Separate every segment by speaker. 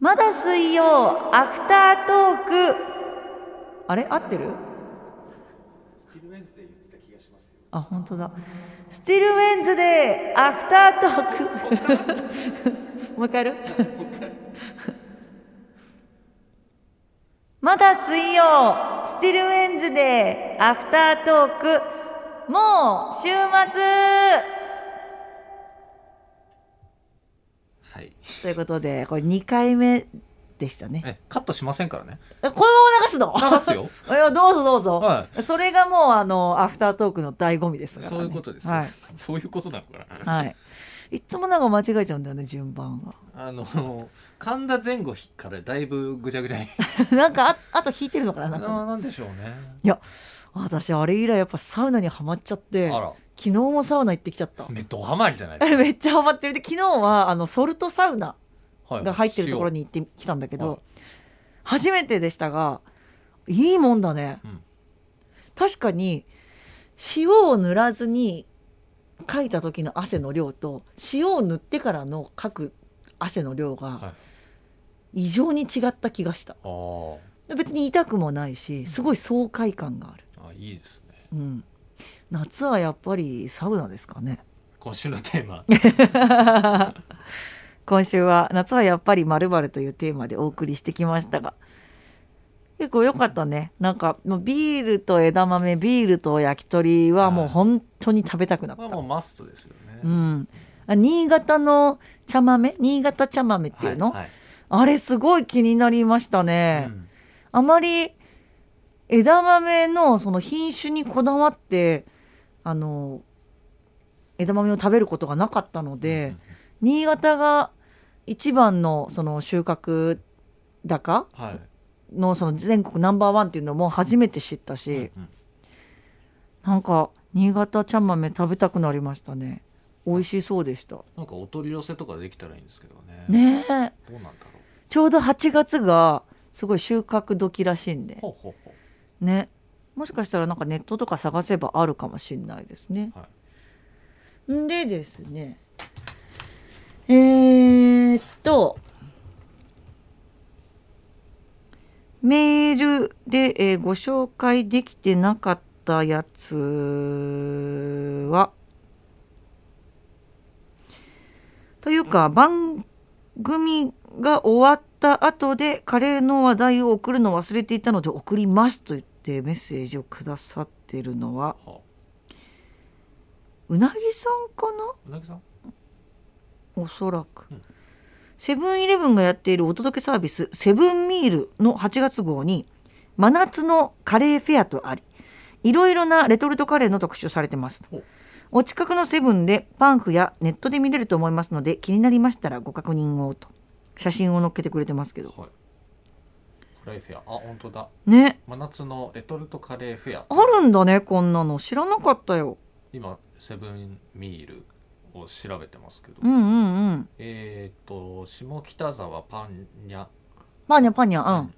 Speaker 1: まだ水曜アフタートークあれ合ってるあ本当だスティルウェンズデーアフタートー クもう一回やるまだ水曜スティルウェンズデーアフタートークもう週末
Speaker 2: はい
Speaker 1: ということでこれ2回目でしたね
Speaker 2: えカットしませんから ね
Speaker 1: えこのまま
Speaker 2: 流
Speaker 1: 流す
Speaker 2: す
Speaker 1: の
Speaker 2: よ
Speaker 1: いやどうぞどうぞ、
Speaker 2: は
Speaker 1: それがもうあのアフタートークの醍醐味ですから、ね、
Speaker 2: そういうことです、
Speaker 1: はい、
Speaker 2: そういうことなのかな
Speaker 1: はい、いっつもなんか間違えちゃうんだよね順番が
Speaker 2: あの神田前後からだいぶぐちゃぐちゃに
Speaker 1: なんかああと引いてるのかなな
Speaker 2: なん
Speaker 1: か
Speaker 2: なんでしょうね
Speaker 1: 私あれ以来やっぱサウナにはまっちゃって
Speaker 2: あ
Speaker 1: 昨
Speaker 2: ら
Speaker 1: 日もサウナ行ってきち ゃった
Speaker 2: めドハマりじゃないですか
Speaker 1: めっちゃハマってるで昨日はあのソルトサウナ
Speaker 2: は
Speaker 1: が入ってるところに行ってきたんだけ
Speaker 2: はい
Speaker 1: ど初めてでしたがいいもんだね、
Speaker 2: うん
Speaker 1: 確かに塩を塗らずにかいた時の汗の量と塩を塗ってからのかく汗の量
Speaker 2: は
Speaker 1: が異常に違った気がした
Speaker 2: あー
Speaker 1: 別に痛くもないしすごい爽快感がある、
Speaker 2: あいいですね
Speaker 1: うん、夏はやっぱりサウナですかね
Speaker 2: 今週のテーマ
Speaker 1: 今週は「夏はやっぱりまるというテーマでお送りしてきましたが結構良かったねなんかもうビールと枝豆ビールと焼き鳥はもう本当に食べたくなっ
Speaker 2: これ
Speaker 1: た、
Speaker 2: はもうマストですよね、
Speaker 1: う
Speaker 2: っ
Speaker 1: ん、あ新潟の茶豆新潟茶豆っていうの、
Speaker 2: はい
Speaker 1: あれすごい気になりました
Speaker 2: はい
Speaker 1: ね、
Speaker 2: うん
Speaker 1: あまり枝豆のその品種にこだわってあの枝豆を食べることがなかったので、新潟が一番のその収穫高
Speaker 2: うんはい
Speaker 1: のその全国ナンバーワンっていうのも初めて知ったし、
Speaker 2: うん
Speaker 1: なんか新潟茶豆食べたくなりましたね美味しそうでした
Speaker 2: なんかお取り寄せとかできたらいいんですけどね
Speaker 1: ねえ
Speaker 2: どうなんだろう
Speaker 1: ちょうど8月がすごい収穫時らしいんで
Speaker 2: ほうほうほう
Speaker 1: ねもしかしたらなんかネットとか探せばあるかもしれないですね。
Speaker 2: は
Speaker 1: んでですねえー、っとメールで、えーご紹介できてなかったやつはというか番組が終わった後でカレーの話題を送るのを忘れていたので送りますと言ってメッセージをくださってるのは
Speaker 2: は
Speaker 1: うなぎさんかな
Speaker 2: うなぎさん
Speaker 1: おそらく、
Speaker 2: うん
Speaker 1: セブンイレブンがやっているお届けサービスセブンミールの8月号に真夏のカレーフェアとありいろいろなレトルトカレーの特集されてます
Speaker 2: お
Speaker 1: お近くのセブンでパンフやネットで見れると思いますので気になりましたらご確認をと写真を載っけてくれてますけど
Speaker 2: はいカレーフェアあ本当だ
Speaker 1: ね
Speaker 2: 真夏のレトルトカレーフェア
Speaker 1: あるんだねこんなの知らなかったよ
Speaker 2: 今セブンミールを調べてますけど、
Speaker 1: うんうんうん
Speaker 2: えーっと下北沢パンニャ、
Speaker 1: パーニャパーニャうん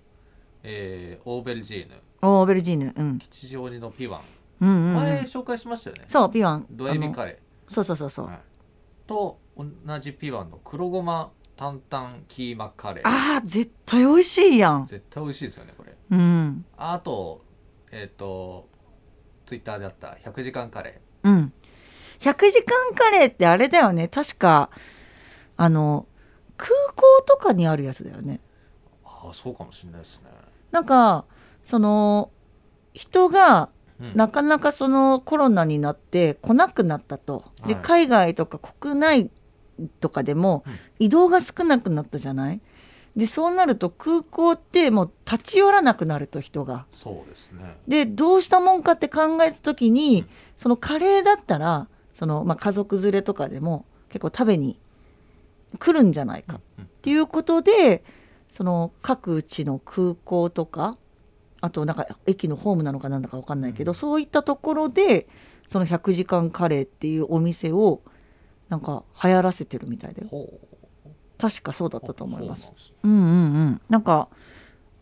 Speaker 2: えーオーベルジーヌ
Speaker 1: おーベルジーヌうん
Speaker 2: 吉祥寺のピワン、
Speaker 1: うんうん、う
Speaker 2: 前
Speaker 1: ん、
Speaker 2: 紹介しましたよね
Speaker 1: そうピワン
Speaker 2: ドエビ
Speaker 1: あの
Speaker 2: カレ
Speaker 1: そうそうそうそ
Speaker 2: ー、
Speaker 1: う、
Speaker 2: はいと同じピワンの黒ごま担々キーマカレー
Speaker 1: あー絶対美味しいやん
Speaker 2: 絶対美味しいですよねこれ
Speaker 1: うん
Speaker 2: ああとえーっとツイッターであった100時間カレ
Speaker 1: うん100時間カレーってあれだよね確かあの空港とかにあるやつだよね
Speaker 2: ーああそうかもしれないですね、
Speaker 1: なんかその人が
Speaker 2: うん
Speaker 1: なかなかそのコロナになって来なくなったと、で
Speaker 2: はい
Speaker 1: 海外とか国内とかでも
Speaker 2: うん
Speaker 1: 移動が少なくなったじゃないでそうなると空港ってもう立ち寄らなくなると人が。
Speaker 2: そうですね
Speaker 1: でどうしたもんかって考えた時に、
Speaker 2: うん
Speaker 1: そのカレーだったらその、まあ、家族連れとかでも結構食べに来るんじゃないかっ
Speaker 2: うん
Speaker 1: ていうことでその各地の空港とかあとなんか駅のホームなのかなんだか分かんないけど、
Speaker 2: うん
Speaker 1: そういったところでその100時間カレーっていうお店をなんか流行らせてるみたいだよ
Speaker 2: ほう
Speaker 1: 確かそうだったと思います
Speaker 2: そう。なんです
Speaker 1: うんうんうん、なんか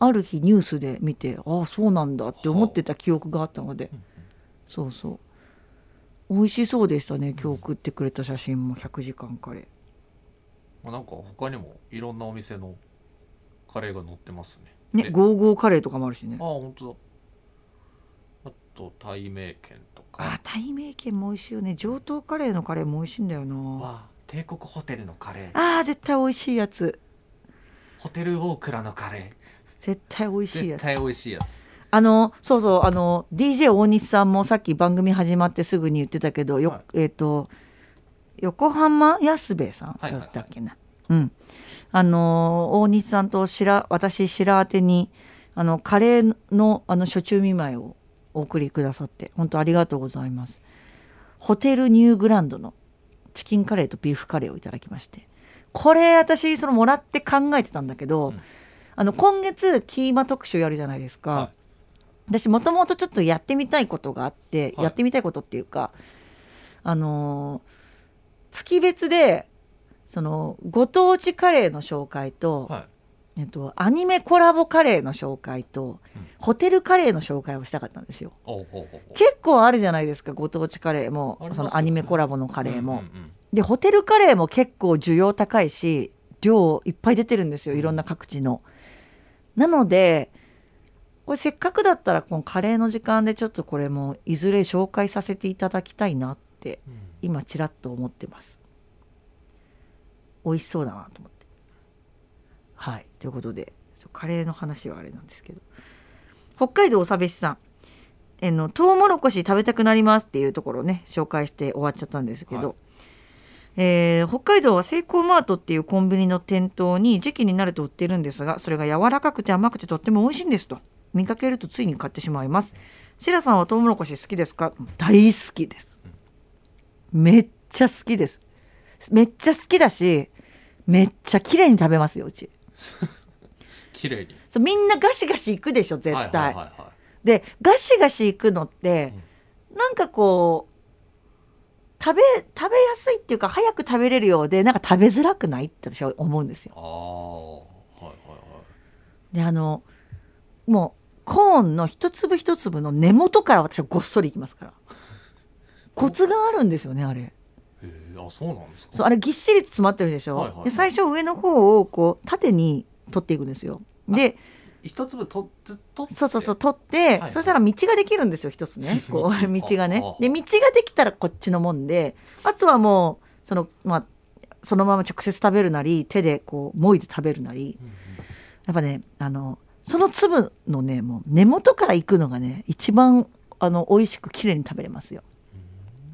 Speaker 1: ある日ニュースで見てああそうなんだって思ってた記憶があったので、
Speaker 2: うんうん
Speaker 1: そうそう美味しそうでしたね今日送ってくれた写真も100時間カレー
Speaker 2: まあ、なんか他にもいろんなお店のカレーが乗ってますね。
Speaker 1: ね
Speaker 2: で
Speaker 1: ゴーゴーカレーとかもあるしね
Speaker 2: あ本当だ。あと対名犬と
Speaker 1: あ
Speaker 2: か。
Speaker 1: 対名圏も美味しいよね上等カレーのカレーも美味しいんだよな
Speaker 2: わあ帝国ホテルのカレー。
Speaker 1: あー絶対美味しいやつ
Speaker 2: ホテルオークラのカレー。
Speaker 1: 絶対美味しいや
Speaker 2: 絶
Speaker 1: つ
Speaker 2: 対美味しいやつ。
Speaker 1: あのそうそうあの DJ 大西さんもさっき番組始まってすぐに言ってたけどよ、
Speaker 2: はい
Speaker 1: えっ、と横浜安兵衛さん
Speaker 2: はい
Speaker 1: だ
Speaker 2: はいはい
Speaker 1: ったっけな、うんあの大西さんと白私白宛てにあのカレーのあの初中見舞いをお送りくださって本当ありがとうございますホテルニューグランドのチキンカレーとビーフカレーをいただきましてこれ私そのもらって考えてたんだけど、
Speaker 2: うん
Speaker 1: あの今月キーマ特集やるじゃないですか、
Speaker 2: は
Speaker 1: 私もともとちょっとやってみたいことがあって、
Speaker 2: はい
Speaker 1: やってみたいことっていうかあのー月別でそのご当地カレーの紹介と、
Speaker 2: はい。
Speaker 1: えっと、アニメコラボカレーの紹介と、
Speaker 2: うん
Speaker 1: ホテルカレーの紹介をしたかったんですよ。
Speaker 2: おうおうおうおう。
Speaker 1: 結構あるじゃないですかご当地カレーも、
Speaker 2: あります
Speaker 1: そ
Speaker 2: よね
Speaker 1: のアニメコラボのカレーも。
Speaker 2: うんうんうん
Speaker 1: でホテルカレーも結構需要高いし量いっぱい出てるんですよいろんな各地の。なのでこれせっかくだったらこのカレーの時間でちょっとこれもいずれ紹介させていただきたいなって
Speaker 2: うん
Speaker 1: 今ちらっと思ってます。美味しそうだなと思って。はいということでちょカレーの話はあれなんですけど北海道おさべしさん。えのトウモロコシ食べたくなりますっていうところをね紹介して終わっちゃったんですけど、
Speaker 2: は
Speaker 1: えー北海道はセイコーマートっていうコンビニの店頭に時期になると売ってるんですがそれが柔らかくて甘くてとっても美味しいんですと見かけるとついに買ってしまいますシラさんはトウモロコシ好きですか大好きですめっちゃ好きですめっちゃ好きだしめっちゃ綺麗に食べますようち
Speaker 2: 綺麗に。
Speaker 1: そうみんなガシガシいくでしょ絶対、
Speaker 2: はいはいはいはい。
Speaker 1: でガシガシいくのって、なんかこう食べ食べやすいっていうか早く食べれるようでなんか食べづらくないって私は思うんですよ。
Speaker 2: ああ。はいはいはい。
Speaker 1: であのもうコーンの一粒一粒の根元から私はごっそりいきますからコツがあるんですよねあれ
Speaker 2: へえあそうなんですか。
Speaker 1: そうあれぎっしり詰まってるでしょ、
Speaker 2: はいはいはい
Speaker 1: で最初上の方をこう縦に取っていくんですよで
Speaker 2: 一粒とずと
Speaker 1: そうそうそう
Speaker 2: う。
Speaker 1: 取って、
Speaker 2: はい
Speaker 1: そしたら道ができるんですよ一つ ねこう
Speaker 2: 道
Speaker 1: 道がね
Speaker 2: ああ
Speaker 1: で道ができたらこっちのもんであとはもうそのまあそのまま直接食べるなり手でこうもいで食べるなり
Speaker 2: うんうん
Speaker 1: やっぱねあのその粒のねもう根元からいくのがね一番あの美味しく綺麗に食べれますよ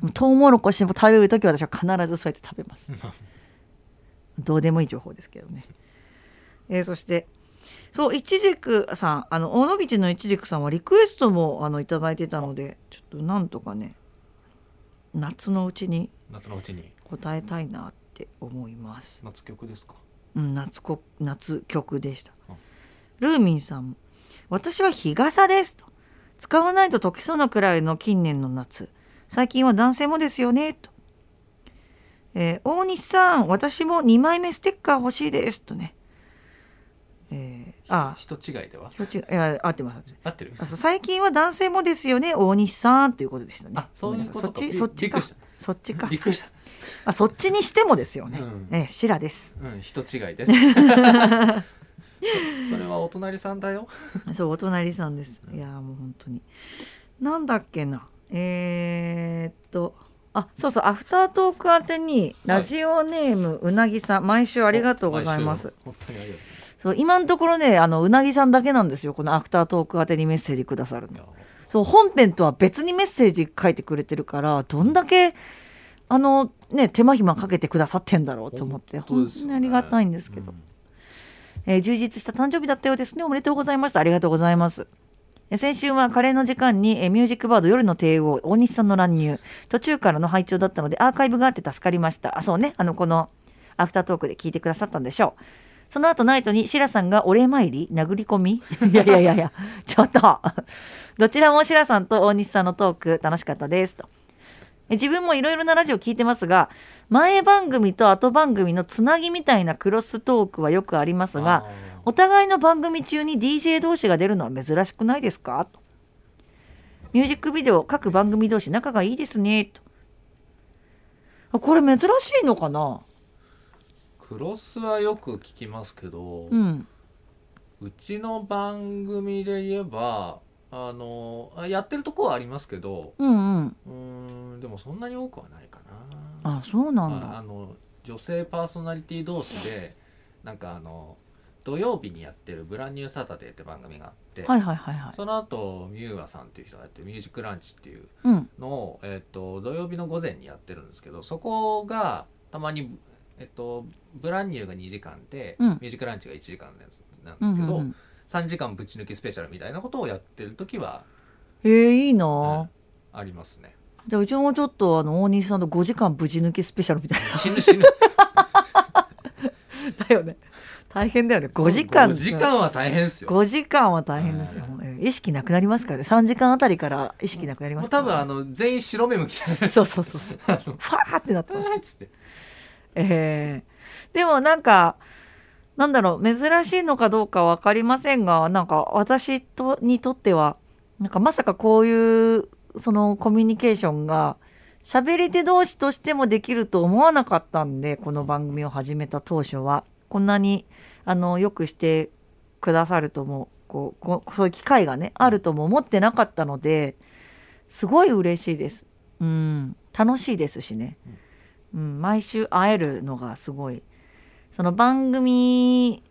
Speaker 1: もうトウモロコシも食べる時は私は必ずそうやって食べます
Speaker 2: うん
Speaker 1: どうでもいい情報ですけどね。えーそしてそういちじくさんあの尾道のいちじくさんはリクエストもあのいただいてたのでちょっとなんとかね夏のうちに
Speaker 2: 夏のうちに
Speaker 1: 答えたいなって思います。
Speaker 2: 夏曲ですか。
Speaker 1: うん、夏こ夏曲でした
Speaker 2: うん。
Speaker 1: ルーミンさんも私は日傘ですと使わないと溶けそうなくらいの近年の夏最近は男性もですよねと、えー大西さん私も2枚目ステッカー欲しいですとね、えー、あ
Speaker 2: 人違いでは
Speaker 1: 人違いいや合ってます合ってます
Speaker 2: 合ってる。
Speaker 1: あそう最近は男性もですよね大西さんということでしたね
Speaker 2: あそういうことか
Speaker 1: ごめんなさいそっちそっち
Speaker 2: びびっく
Speaker 1: か
Speaker 2: りした
Speaker 1: そっちか
Speaker 2: びっくりした。
Speaker 1: あそっちにしてもですよね、
Speaker 2: うん
Speaker 1: えーシラです
Speaker 2: うん人違 いです。それはお隣さんだよ。
Speaker 1: そうお隣さんです。いやーもう本当に。なんだっけな。えーっと。あそうそうアフタートーク宛てにラジオネームうなぎさん毎週あ
Speaker 2: あ
Speaker 1: りがとうございます。
Speaker 2: 本当にありがと
Speaker 1: そう今のところねあのうなぎさんだけなんですよこのアフタートーク宛てにメッセージくださる
Speaker 2: うい
Speaker 1: の
Speaker 2: や。
Speaker 1: そう本編とは別にメッセージ書いてくれてるからどんだけあのね手間暇かけてくださってんだろうと思って
Speaker 2: 当
Speaker 1: 本
Speaker 2: です
Speaker 1: 当
Speaker 2: よ
Speaker 1: に
Speaker 2: ね
Speaker 1: ありがたいんですけど
Speaker 2: う。ん
Speaker 1: えー充実した誕生日だったようですねおめでとうございましたありがとうございますえー先週はカレーの時間に、えーミュージックバード夜の帝王大西さんの乱入途中からの拝聴だったのでアーカイブがあって助かりましたあそうねあのこのアフタートークで聞いてくださったんでしょうその後ナイトにシラさんがお礼参り殴り込み いやいやいやいやちょっとどちらもシラさんと大西さんのトーク楽しかったですとえ自分もいろいろなラジオ聞いてますが前番組と後番組のつなぎみたいなクロストークはよくありますが
Speaker 2: あー
Speaker 1: お互いの番組中に DJ 同士が出るのは珍しくないですかとミュージックビデオ各番組同士仲がいいですねとあこれ珍しいのかな
Speaker 2: クロスはよく聞きますけど、
Speaker 1: うん
Speaker 2: うちの番組で言えばあのあやってるとこはありますけど
Speaker 1: うんうん
Speaker 2: うーんでもそんなに多くはないかな
Speaker 1: あそうなん
Speaker 2: ああ
Speaker 1: だ
Speaker 2: の女性パーソナリティ同士でなんかあの土曜日にやってる「ブランニューサタデー」って番組があって、
Speaker 1: はいはいはいはい
Speaker 2: その後ミューアさんっていう人がやってる「ミュージックランチ」っていう
Speaker 1: うん
Speaker 2: のを、えっと土曜日の午前にやってるんですけどそこがたまに、えっとブランニューが2時間で、
Speaker 1: うん
Speaker 2: ミュージックランチが1時間のやつなん
Speaker 1: う
Speaker 2: で
Speaker 1: ん
Speaker 2: すけど、
Speaker 1: うんうん
Speaker 2: 3時間ぶち抜きスペシャルみたいなことをやってる時は、
Speaker 1: えー、いいな
Speaker 2: う
Speaker 1: あ
Speaker 2: んありますね。
Speaker 1: じゃあうちもちょっとあの大西さんと5時間無事抜きスペシャルみたい
Speaker 2: 死ぬ死 ぬ
Speaker 1: なだよね 大変だよね5時間
Speaker 2: 5時間は大変ですよ。
Speaker 1: 5時間は大変ですよ、えー意識なくなりますからね3時間あたりから意識なくなりま
Speaker 2: もう
Speaker 1: すから
Speaker 2: 多分あの全員白目向きだね
Speaker 1: そうそうそうそう
Speaker 2: あの
Speaker 1: ファーってなってます
Speaker 2: あーっつって
Speaker 1: えーでもなんかなんだろう珍しいのかどうか分かりませんがなんか私とにとってはなんかまさかこういうそのコミュニケーションが喋り手同士としてもできると思わなかったんでこの番組を始めた当初はこんなにあのよくしてくださるともこうこそういう機会がねあるとも思ってなかったのですごい嬉しいです。うん、楽しいですしね。うん、毎週会えるのがすごいその番組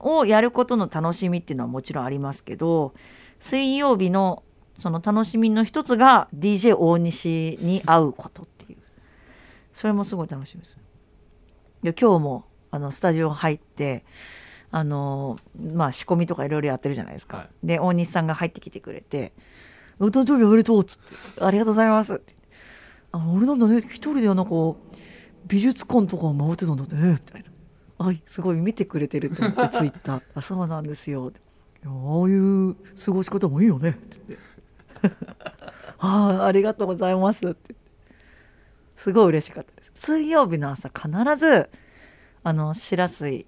Speaker 1: をやることの楽しみっていうのはもちろんありますけど水曜日のその楽しみの一つが DJ 大西に会うことっていうそれもすごい楽しみです。で今日もあのスタジオ入ってあのまあ仕込みとかいろいろやってるじゃないですか。
Speaker 2: はい
Speaker 1: で大西さんが入ってきてくれて「お誕生日おめでとう」っつって「ありがとうございます」って「あ俺なんだね一人でなんか美術館とかを回ってたんだってね」みたいな「あすごい見てくれてる」と思ってツイッター「あそうなんですよ」いやああいう過ごし方もいいよね」って言って「ああありがとうございます」って言ってすごい嬉しかったです。水曜日の朝必ずあの白水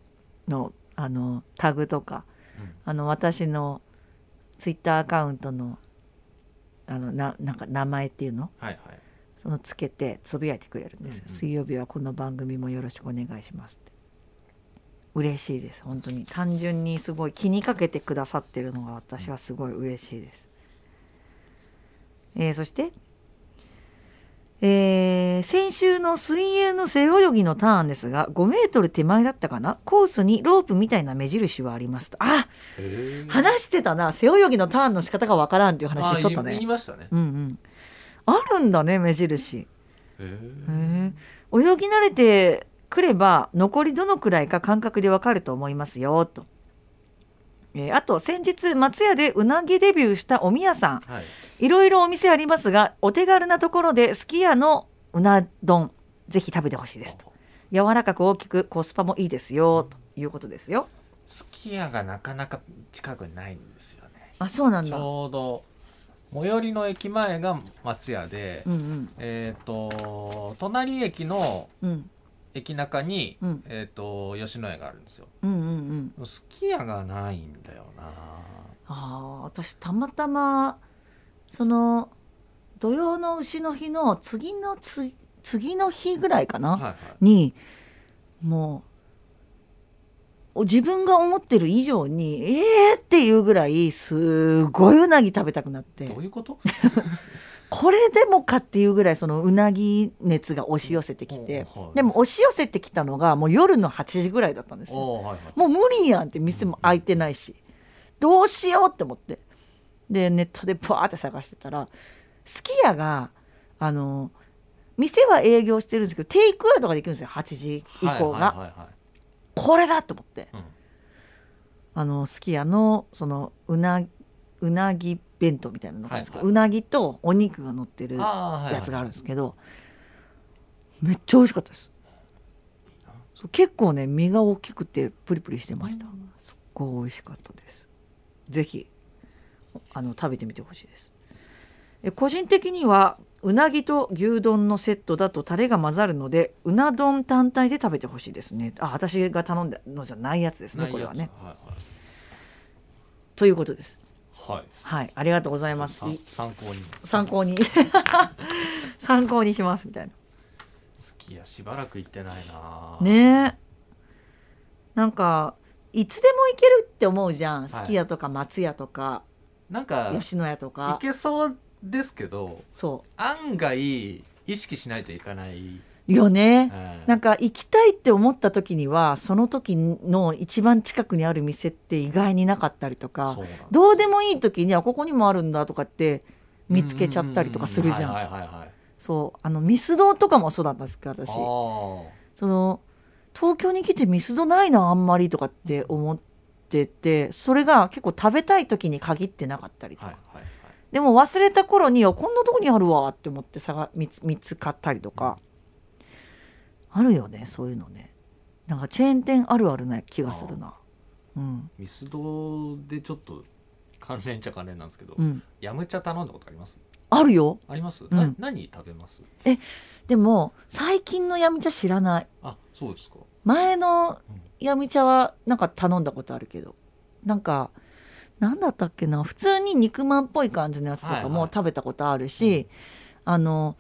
Speaker 1: のあのタグとか
Speaker 2: うん
Speaker 1: あの私のツイッターアカウントのあのななんか名前っていうの
Speaker 2: はいはい
Speaker 1: そのつけてつぶやいてくれるんですよ、
Speaker 2: うんうん
Speaker 1: 水曜日はこの番組もよろしくお願いしますって嬉しいです本当に単純にすごい気にかけてくださってるのが私はすごい嬉しいです、えーそしてえー先週の水泳の背泳ぎのターンですが5メートル手前だったかなコースにロープみたいな目印はありますとあ
Speaker 2: へー
Speaker 1: 話してたな背泳ぎのターンの仕方がわからんっていう話しとった
Speaker 2: あ言い
Speaker 1: ね
Speaker 2: 言いましたね
Speaker 1: うんうんあるんだね目印
Speaker 2: へー
Speaker 1: へえ泳ぎ慣れてくれば残りどのくらいか感覚でわかると思いますよと、えーあと先日松屋でうなぎデビューしたおみやさん
Speaker 2: はい
Speaker 1: いろいろお店ありますがお手軽なところですき家のうな丼ぜひ食べてほしいですと柔らかく大きくコスパもいいですよということですよ
Speaker 2: すき家がなかなか近くにないんですよね
Speaker 1: あそうなん
Speaker 2: ち
Speaker 1: だ
Speaker 2: ょうど最寄りの駅前が松屋で、
Speaker 1: うんうん
Speaker 2: えっ、と隣駅の
Speaker 1: うん
Speaker 2: 駅中に、
Speaker 1: うん
Speaker 2: えっ、と吉野家があるんですよ
Speaker 1: うんうんうん
Speaker 2: すき家がないんだよな
Speaker 1: ああ私たまたまその土曜の丑の日の次のつ次の日ぐらいかな、
Speaker 2: はいはい
Speaker 1: にもうお自分が思ってる以上にえーっていうぐらいすごいうなぎ食べたくなって
Speaker 2: どうい うこと
Speaker 1: これでもかっていうぐらいそのうなぎ熱が押し寄せてきて、
Speaker 2: おうはい
Speaker 1: でも押し寄せてきたのがもう夜の8時ぐらいだったんですよ。
Speaker 2: おうはいはい
Speaker 1: もう無理やんって店も開いてないしどうしようって思ってでネットでブワーって探してたらすき家があの店は営業してるんですけどテイクアウトができるんですよ8時以降が、
Speaker 2: はいはいはいはい
Speaker 1: これだと思って
Speaker 2: うん
Speaker 1: あのすき家のそのうなうなぎ弁当みたいなのがあるんですけど、
Speaker 2: はいはい
Speaker 1: な
Speaker 2: う
Speaker 1: ぎとお肉が乗ってるや
Speaker 2: あーはいはい
Speaker 1: つがあるんですけど、めっちゃ美味しかったですそう結構ね身が大きくてプリプリしてました、すっごい美味しかったですぜひあの食べてみてほしいですえ個人的にはうなぎと牛丼のセットだとタレが混ざるのでうな丼単体で食べてほしいですねあ私が頼んだのじゃないやつですねこれはね
Speaker 2: はい
Speaker 1: ということです
Speaker 2: はいはい
Speaker 1: はいありがとうございます
Speaker 2: さ参考に
Speaker 1: 参考に 参考にしますみたいな
Speaker 2: すき家しばらく行ってないな
Speaker 1: ねえなんかいつでも行けるって思うじゃん
Speaker 2: い
Speaker 1: すき家とか松屋とか
Speaker 2: なんか
Speaker 1: 吉野家と
Speaker 2: い
Speaker 1: か
Speaker 2: けそうですけど
Speaker 1: そ
Speaker 2: 案外意識しないといかない、
Speaker 1: うよね
Speaker 2: うん
Speaker 1: なんか行きたいって思った時にはその時の一番近くにある店って意外になかったりとか
Speaker 2: そうなんですよ
Speaker 1: どうでもいい時にはここにもあるんだとかって見つけちゃったりとかするじゃん
Speaker 2: うううはいはいはいはい
Speaker 1: そうあのミスドとかもそうだったんですけど私
Speaker 2: あー
Speaker 1: その東京に来てミスドないなあんまりとかって思っててそれが結構食べたい時に限ってなかったりとか、
Speaker 2: はいはい
Speaker 1: でも忘れた頃にはこんなとこにあるわって思って探見つ見つかったりとか、あるよねそういうのねなんかチェーン店あるあるな気がするなうん
Speaker 2: ミスドでちょっと関連っちゃ関連なんですけど、
Speaker 1: うん
Speaker 2: ヤムチャ頼んだことあります
Speaker 1: あるよ
Speaker 2: あります、
Speaker 1: うん
Speaker 2: な何食べます
Speaker 1: でも最近のヤムチャ知らない
Speaker 2: あそうですか
Speaker 1: 前のヤムチャはなんか頼んだことあるけどなんかなんだったっけな普通に肉まんっぽい感じのやつとか
Speaker 2: はいは
Speaker 1: も
Speaker 2: い
Speaker 1: 食べたことあるし、
Speaker 2: うん
Speaker 1: あの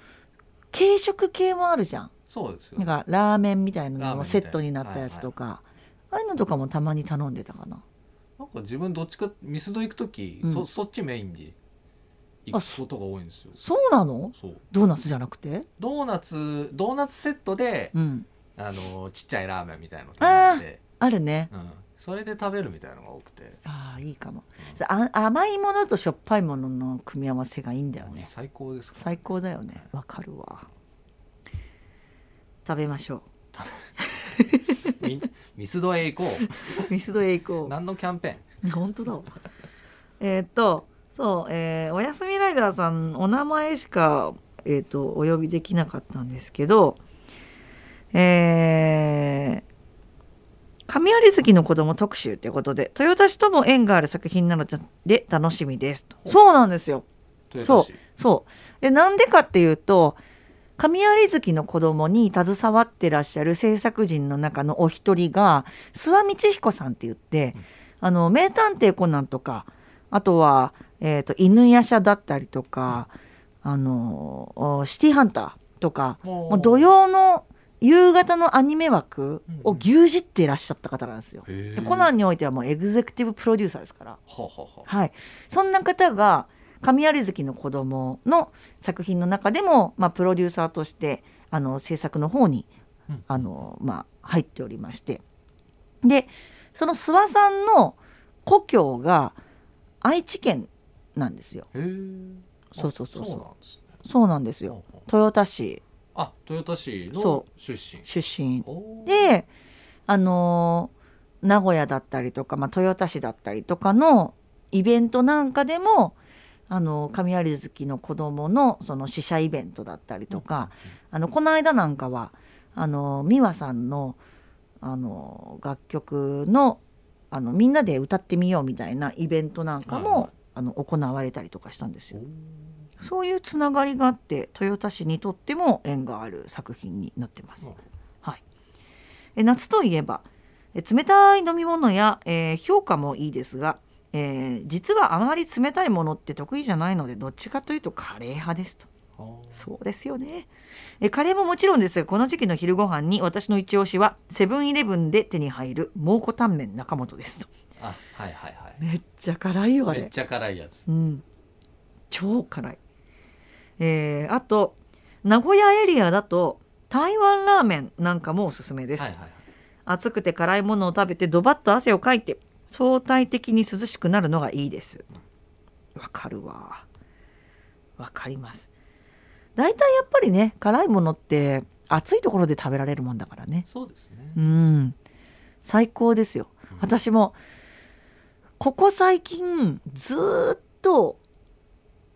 Speaker 1: 軽食系もあるじゃん
Speaker 2: そうですよ
Speaker 1: なんか
Speaker 2: ね
Speaker 1: ラーメンみたいなの
Speaker 2: ラーメン
Speaker 1: が
Speaker 2: みた
Speaker 1: セ
Speaker 2: いな
Speaker 1: ットになったやつとか、ああいうのとかもたまに頼んでたかな
Speaker 2: なんか自分どっちかミスド行く時、
Speaker 1: うん
Speaker 2: そそっちメインで行くことが多いんですよ
Speaker 1: そうなの
Speaker 2: そう
Speaker 1: ドーナツじゃなくて
Speaker 2: ドーナツドーナツセットで、
Speaker 1: うん
Speaker 2: あのちっちゃいラーメンみたいなの
Speaker 1: あー
Speaker 2: 頼んで、
Speaker 1: あるね
Speaker 2: うん、それで食べるみたいなのが多くて、
Speaker 1: ああいいかもあ甘いものとしょっぱいものの組み合わせがいいんだよね
Speaker 2: 最高ですから
Speaker 1: 最高だよねわかるわ食べましょ
Speaker 2: みミスドへ行こ
Speaker 1: う ミスドへ行
Speaker 2: う
Speaker 1: こ
Speaker 2: 何のキャンペーン
Speaker 1: う本当だわえーっとそう、えーおやすみライダーさんお名前しか、えーっとお呼びできなかったんですけどえー神有月の子供特集ということで豊田市とも縁がある作品なので楽しみですと
Speaker 2: ほう
Speaker 1: そうなんですよ
Speaker 2: 豊田市
Speaker 1: そう。で、なんでかっていうと、神有月の子供に携わってらっしゃる制作人の中のお一人が、諏訪道彦さんって言って
Speaker 2: うん、
Speaker 1: あの、名探偵コナンとか、あとは、えっ、と、犬夜叉だったりとか、あの、おシティハンターとか、
Speaker 2: も
Speaker 1: もう土曜の夕方のアニメ枠を牛耳っていらっしゃった方なんですよ。
Speaker 2: へ
Speaker 1: で
Speaker 2: ー
Speaker 1: コナンにおいてはもうエグゼクティブプロデューサーですから。
Speaker 2: はあはあはあ
Speaker 1: はい、そんな方が神有月の子供の作品の中でも、まあ、プロデューサーとしてあの制作の方に
Speaker 2: うん
Speaker 1: あの、まあ、入っておりましてでその諏訪さんの故郷が愛知県なんですよ。
Speaker 2: へー
Speaker 1: そうそうそうそう
Speaker 2: そうなんですね
Speaker 1: そうなんですよ
Speaker 2: ほうほう
Speaker 1: 豊田市
Speaker 2: あ豊田市の
Speaker 1: そ
Speaker 2: 出身
Speaker 1: 出身
Speaker 2: ほう
Speaker 1: であの名古屋だったりとか、まあ、豊田市だったりとかのイベントなんかでもあの神有月の子供のその試写イベントだったりとか、あのこの間なんかはあの美和さんのあの楽曲のあのみんなで歌ってみようみたいなイベントなんかも、
Speaker 2: はいはい
Speaker 1: あの行われたりとかしたんです
Speaker 2: ほ
Speaker 1: よ
Speaker 2: う。
Speaker 1: そういうつながりがあって豊田市にとっても縁がある作品になってます。え夏といえばえ冷たい飲み物や、えー評価もいいですが、えー実はあまり冷たいものって得意じゃないのでどっちかというとカレー派ですと
Speaker 2: はあ
Speaker 1: そうですよねえカレーももちろんですがこの時期の昼ご飯に私の一押しはセブンイレブンで手に入る蒙古タンメン中本ですと
Speaker 2: あはいはいはい
Speaker 1: めっちゃ辛いよあ
Speaker 2: めっ
Speaker 1: れ
Speaker 2: ちゃ辛いやつ
Speaker 1: うん超辛いえーあと名古屋エリアだと台湾ラーメンなんかもおすすめです、
Speaker 2: はいはいはい
Speaker 1: 暑くて辛いものを食べてドバッと汗をかいて相対的に涼しくなるのがいいですわかるわわかりますだいたいやっぱりね辛いものって暑いところで食べられるもんだからね
Speaker 2: そうですね
Speaker 1: うん最高ですよ
Speaker 2: うん
Speaker 1: 私もここ最近ずーっと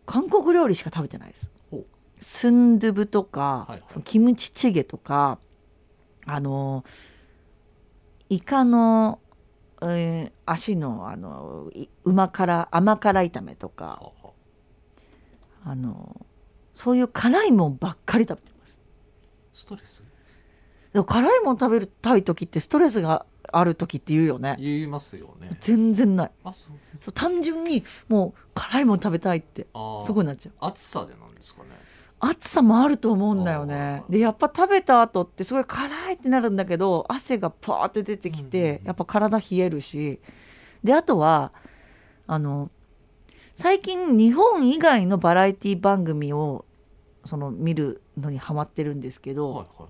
Speaker 1: 韓国料理しか食べてないです
Speaker 2: ほう
Speaker 1: スンドゥブとか、
Speaker 2: はいはい
Speaker 1: そのキムチチゲとかあのイカの、えー足のあのい旨辛甘辛炒めと
Speaker 2: は
Speaker 1: か
Speaker 2: あはあ
Speaker 1: あのそういう辛いもんばっかり食べてます
Speaker 2: ストレス
Speaker 1: でも辛いもん食べたい時ってストレスがある時って言うよね
Speaker 2: 言いますよね
Speaker 1: 全然ない
Speaker 2: あそう
Speaker 1: そう単純にもう辛いもん食べたいって
Speaker 2: あー
Speaker 1: すごいなっちゃう
Speaker 2: 暑さでなんですかね
Speaker 1: 暑さもあると思うんだよね
Speaker 2: あー
Speaker 1: でやっぱ食べた後ってすごい辛いってなるんだけど汗がパーって出てき
Speaker 2: うんうん
Speaker 1: て
Speaker 2: うん
Speaker 1: やっぱ体冷えるしであとはあの最近日本以外のバラエティ番組をその見るのにハマってるんですけど、
Speaker 2: はいは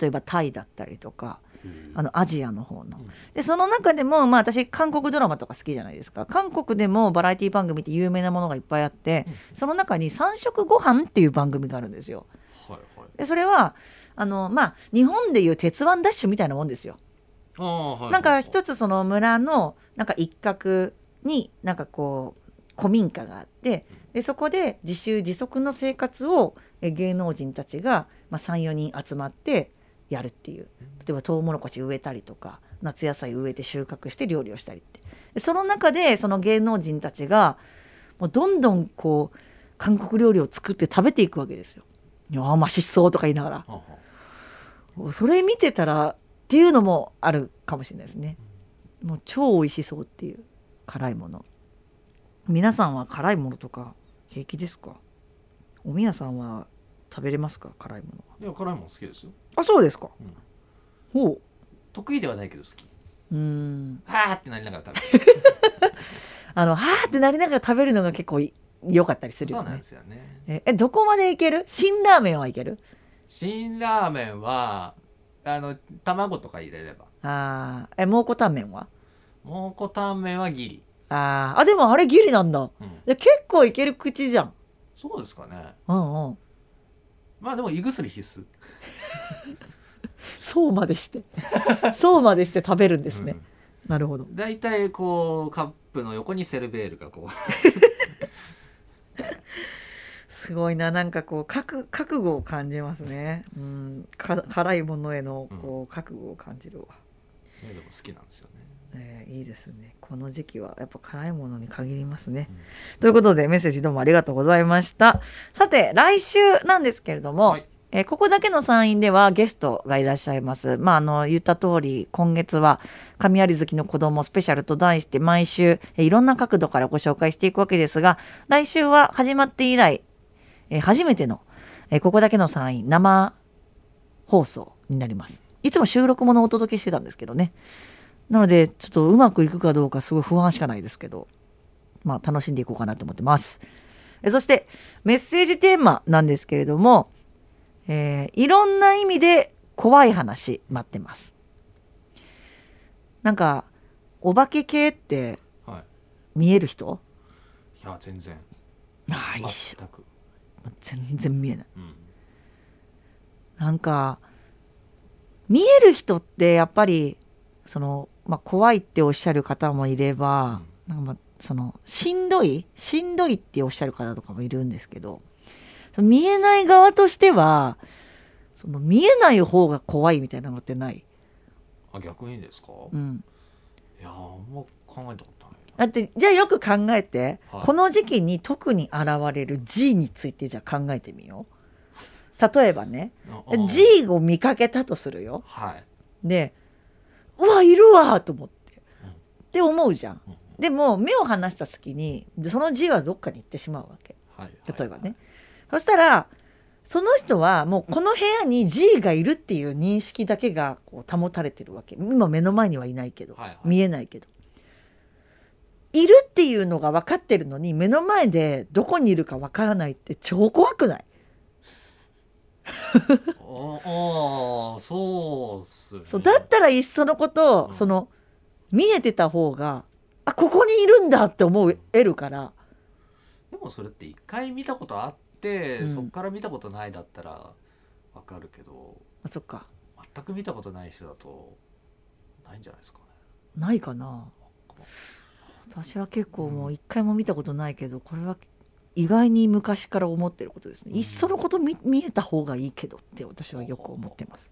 Speaker 1: 例えばタイだったりとか
Speaker 2: い
Speaker 1: あのアジアの方の
Speaker 2: うん。
Speaker 1: でその中でも、まあ、私韓国ドラマとか好きじゃないですか韓国でもバラエティ番組って有名なものがいっぱいあって
Speaker 2: うん
Speaker 1: その中に「三食ご飯っていう番組があるんですよ。
Speaker 2: はいはい。
Speaker 1: でそれはあのまあ日本でいう鉄腕ダッシュみたいなもんですよ。
Speaker 2: ああはい。
Speaker 1: なんか一
Speaker 2: つ。
Speaker 1: つその村のなんか一角になんかこう古民家があってでそこで自給自足の生活をえ芸能人たちが、まあ、34人集まってやるっていう例えばトウモロコシ植えたりとか夏野菜植えて収穫して料理をしたりってでその中でその芸能人たちがもうどんどんこう韓国料理を作って食べていくわけですよ。いやーまあしそうとか言いながら
Speaker 2: はあはあ
Speaker 1: それ見てたらっていうのもあるかもしれないですねもう超美味しそうっていう辛いもの皆さんは辛いものとか平気ですかおみやさんは食べれますか辛いものはい
Speaker 2: や辛いもん好きですよ。
Speaker 1: あそうですか、
Speaker 2: うん
Speaker 1: ほ
Speaker 2: 得意ではないけど好き。
Speaker 1: ううーん
Speaker 2: はあってなりながら食べる。
Speaker 1: あのはーってなりながら食べるのが結構い良かったりす る
Speaker 2: そ
Speaker 1: よ
Speaker 2: うなん
Speaker 1: ね
Speaker 2: ですよね。
Speaker 1: ええどこまでいける辛ラーメンはいける
Speaker 2: 辛ラーメンはあの卵とか入れれば。
Speaker 1: あーえ蒙古タンメンは
Speaker 2: 蒙古タンメンはギリ。
Speaker 1: あーあでもあれギリなんだ
Speaker 2: うん。
Speaker 1: で結構いける口じゃん
Speaker 2: そうですかね。
Speaker 1: うんうん
Speaker 2: まあでも胃薬必須。
Speaker 1: そうまでして そうまでして食べるんですね、
Speaker 2: うん。
Speaker 1: なるほど
Speaker 2: だいたいこうカップの横にセルベールがこう。
Speaker 1: すごいななんかこう覚覚悟を感じますねうんか辛いものへのこう覚悟を感じるわ、
Speaker 2: いやでも好きなんですよね。
Speaker 1: えーいいですねこの時期はやっぱ辛いものに限りますね、
Speaker 2: うん
Speaker 1: ということでメッセージどうもありがとうございましたさて来週なんですけれども、
Speaker 2: はい
Speaker 1: えーここだけの山陰ではゲストがいらっしゃいます。まあ、あの、言った通り、今月は、神有月の子供スペシャルと題して、毎週、えーいろんな角度からご紹介していくわけですが、来週は始まって以来、えー初めての、えーここだけの山陰生放送になります。いつも収録ものをお届けしてたんですけどね。なので、ちょっとうまくいくかどうか、すごい不安しかないですけど、まあ、楽しんでいこうかなと思ってます。えーそして、メッセージテーマなんですけれども、えーいろんな意味で怖い話待ってますなんかお化け系って
Speaker 2: はい。
Speaker 1: 見える人
Speaker 2: いや全然。
Speaker 1: な
Speaker 2: 全
Speaker 1: いし
Speaker 2: く。
Speaker 1: 全然見えない
Speaker 2: うん。
Speaker 1: なんか見える人ってやっぱりその、まあ、怖いっておっしゃる方もいれば、なんかまあそのしんどいしんどいっておっしゃる方とかもいるんですけど見えない側としてはその見えない方が怖いみたいなのってない、
Speaker 2: あ逆にですか。
Speaker 1: うん、
Speaker 2: いやあんま考えたことない
Speaker 1: だ
Speaker 2: な。
Speaker 1: ってじゃあよく考えて、
Speaker 2: はい
Speaker 1: この時期に特に現れる G についてじゃあ考えてみよう例えばね
Speaker 2: あ
Speaker 1: G を見かけたとするよ
Speaker 2: はい、
Speaker 1: でうわいるわと思って
Speaker 2: うん
Speaker 1: って思うじゃん
Speaker 2: うん
Speaker 1: でも目を離した隙にでその G はどっかに行ってしまうわけ
Speaker 2: はい、
Speaker 1: 例えばね、そしたらその人はもうこの部屋に G がいるっていう認識だけがこう保たれてるわけ今目の前にはいないけど、
Speaker 2: はいはい
Speaker 1: 見えないけどいるっていうのが分かってるのに目の前でどこにいるか分からないって超怖くない
Speaker 2: ああそうっすね
Speaker 1: そうだったらいっそのこと、
Speaker 2: うん
Speaker 1: その見えてた方があここにいるんだって思えるから
Speaker 2: でもそれって一回見たことあって、
Speaker 1: うん
Speaker 2: そっから見たことないだったらわかるけど
Speaker 1: あそっか
Speaker 2: 全く見たことない人だとないんじゃないですかね
Speaker 1: ないかな私は結構もう一回も見たことないけどこれは意外に昔から思ってることですね、
Speaker 2: うん
Speaker 1: いっそのこと見見えた方がいいけどって私はよく思ってます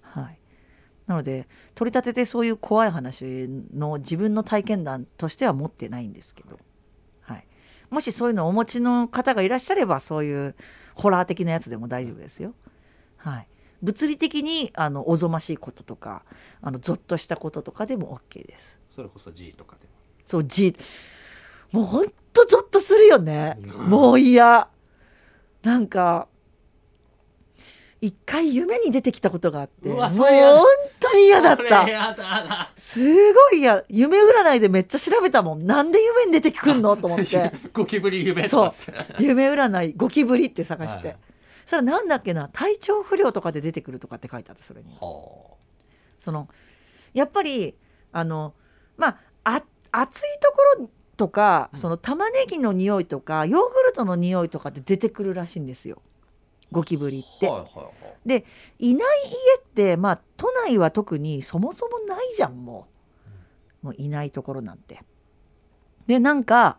Speaker 1: はいなので取り立ててそういう怖い話の自分の体験談としては持ってないんですけど、はい、もしそういうのをお持ちの方がいらっしゃればそういうホラー的なやつでも大丈夫ですよはい物理的にあのおぞましいこととかあのゾッとしたこととかでも OK です
Speaker 2: それこそ G とかで
Speaker 1: そうじもうほんとゾッとするよね
Speaker 2: も
Speaker 1: もう嫌なんか一回夢に出てきたことがあって
Speaker 2: う
Speaker 1: もう
Speaker 2: わそ
Speaker 1: 本
Speaker 2: れやだ
Speaker 1: 当に嫌だっ
Speaker 2: こ
Speaker 1: た
Speaker 2: れやだ
Speaker 1: すごい嫌夢占いでめっちゃ調べたもんなんで夢に出てくんのと思 って
Speaker 2: ゴキブリ夢
Speaker 1: そう
Speaker 2: だっつって
Speaker 1: 夢占いゴキブリって探し
Speaker 2: はい
Speaker 1: てそれなんだっけな体調不良とかで出てくるとかって書いてあったそれに
Speaker 2: は
Speaker 1: そのやっぱりあのまああ暑いところとか、
Speaker 2: うん
Speaker 1: その玉ねぎの匂いとかヨーグルトの匂いとかって出てくるらしいんですよゴキブリっ
Speaker 2: あ
Speaker 1: て、
Speaker 2: はいはいはい
Speaker 1: い、ない家ってまあ都内は特にそもそもないじゃんもうもういないところなんてでなんか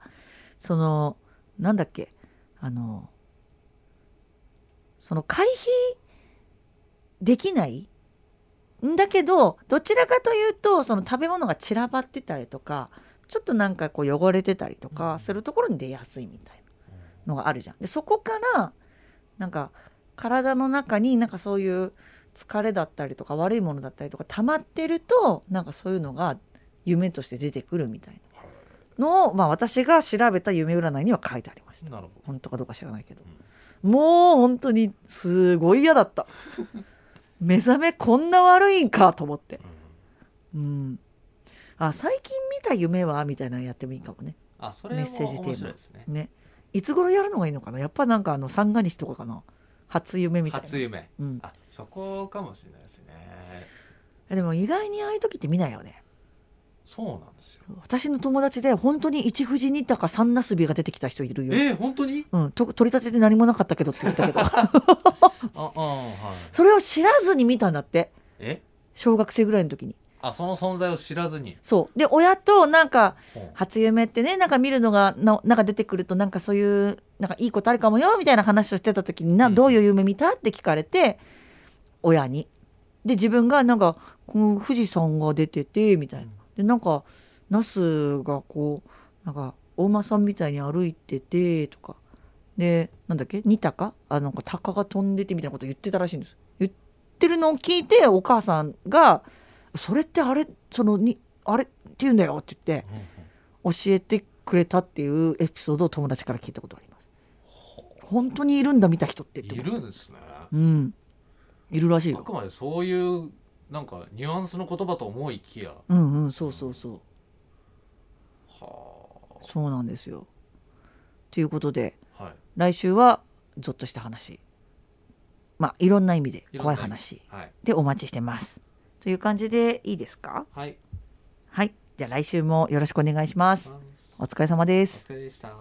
Speaker 1: そのなんだっけあのその回避できないんだけどどちらかというとその食べ物が散らばってたりとかちょっとなんかこう汚れてたりと
Speaker 2: う
Speaker 1: か
Speaker 2: ん
Speaker 1: するところに出やすいみたいなのがあるじゃん。でそこからなんか体の中になんかそういう疲れだったりとか悪いものだったりとか溜まってるとなんかそういうのが夢として出てくるみたいなのを、まあ、私が調べた夢占いには書いてありました。
Speaker 2: なるほ
Speaker 1: 本当かどうか知らないけど、もう本当にすごい嫌だった 目覚めこんな悪いんかと思って
Speaker 2: ど、
Speaker 1: うんあ最近見た夢はみたいなのやってもいいかもね
Speaker 2: あそれ
Speaker 1: メ
Speaker 2: も
Speaker 1: ッセージテーマ
Speaker 2: 面白いですね
Speaker 1: ねいつ頃やるのがいいのかなやっぱなんかあの三が日とかかな初夢みたいな
Speaker 2: 初夢
Speaker 1: うん、
Speaker 2: あそこかもしれないですね
Speaker 1: えでも意外にああいう時って見ないよね
Speaker 2: そうなんですよ
Speaker 1: 私の友達で本当に一富士二鷹三なすびが出てきた人いるよ、
Speaker 2: えー、本当に
Speaker 1: うん、と取り立てて何もなかったけどって言ってたけ ど
Speaker 2: ああはい
Speaker 1: それを知らずに見たんだって
Speaker 2: え
Speaker 1: 小学生ぐらいの時に
Speaker 2: あその存在を知らずに
Speaker 1: そうで親となんか
Speaker 2: ほう
Speaker 1: 初夢ってねなんか見るのがななんか出てくるとなんかそういうなんかいいことあるかもよみたいな話をしてた時にな、
Speaker 2: うん
Speaker 1: どういう夢見たって聞かれて親にで自分がなんかこう富士山が出ててみたいなでなんかナスがこうなんかお馬さんみたいに歩いててとかでなんだっけ二鷹あなんか鷹が飛んでてみたいなこと言ってたらしいんです言ってるのを聞いてお母さんが「それってあれそのにあれって言うんだよ」って言って
Speaker 2: うんうん
Speaker 1: 教えてくれたっていうエピソードを友達から聞いたことがあります
Speaker 2: ほう
Speaker 1: 本当にいるんだ見た人ってって
Speaker 2: い
Speaker 1: 思う
Speaker 2: るんですね
Speaker 1: うんいるらしい
Speaker 2: あ
Speaker 1: よ
Speaker 2: くまでそういうなんかニュアンスの言葉と思いきや
Speaker 1: うんうんそうそうそう
Speaker 2: は
Speaker 1: そうなんですよということで
Speaker 2: あはい
Speaker 1: 来週はゾッとした話まあいろんな意味で怖い話
Speaker 2: はい
Speaker 1: でお待ちしてますという感じでいいですか
Speaker 2: はい
Speaker 1: はいじゃあ来週もよろしくお願いします
Speaker 2: お
Speaker 1: お疲れ様で
Speaker 2: 疲
Speaker 1: す
Speaker 2: れでした